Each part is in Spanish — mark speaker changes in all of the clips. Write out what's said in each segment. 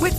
Speaker 1: With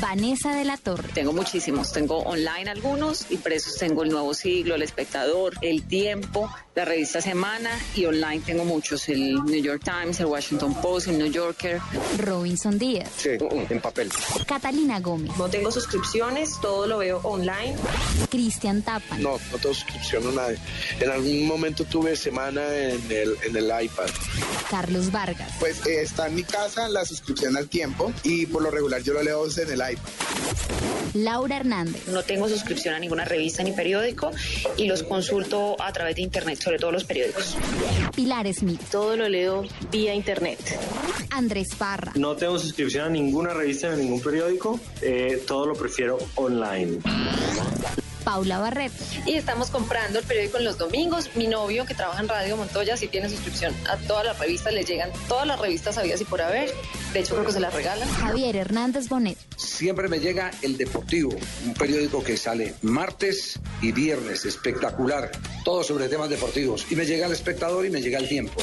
Speaker 2: Vanessa de la Torre.
Speaker 3: Tengo muchísimos, tengo online algunos, impresos tengo El Nuevo Siglo, El Espectador, El Tiempo, la revista Semana y online tengo muchos, el New York Times, el Washington Post, el New Yorker.
Speaker 2: Robinson Díaz.
Speaker 4: Sí, Uh, en papel.
Speaker 2: Catalina Gómez.
Speaker 5: No tengo suscripciones, todo lo veo online.
Speaker 2: Cristian Tapan.
Speaker 4: No, no tengo suscripción a nadie. En algún momento tuve semana en el, en el iPad.
Speaker 2: Carlos Vargas.
Speaker 6: Pues eh, está en mi casa la suscripción al tiempo y por lo regular yo lo leo en el iPad.
Speaker 2: Laura Hernández.
Speaker 7: No tengo suscripción a ninguna revista ni periódico y los consulto a través de internet, sobre todo los periódicos.
Speaker 2: Pilar Smith.
Speaker 8: Todo lo leo vía internet.
Speaker 2: Andrés Parra.
Speaker 9: No tengo suscripción a ninguna revista ni a ningún periódico. Eh, todo lo prefiero online.
Speaker 2: Paula Barreto.
Speaker 10: Y estamos comprando el periódico en los domingos. Mi novio, que trabaja en Radio Montoya, sí tiene suscripción a todas las revistas. Le llegan todas las revistas habidas y por haber. De hecho, creo que se las regalan.
Speaker 2: Javier Hernández Bonet.
Speaker 11: Siempre me llega El Deportivo, un periódico que sale martes y viernes. Espectacular. Todo sobre temas deportivos. Y me llega El Espectador y me llega El Tiempo.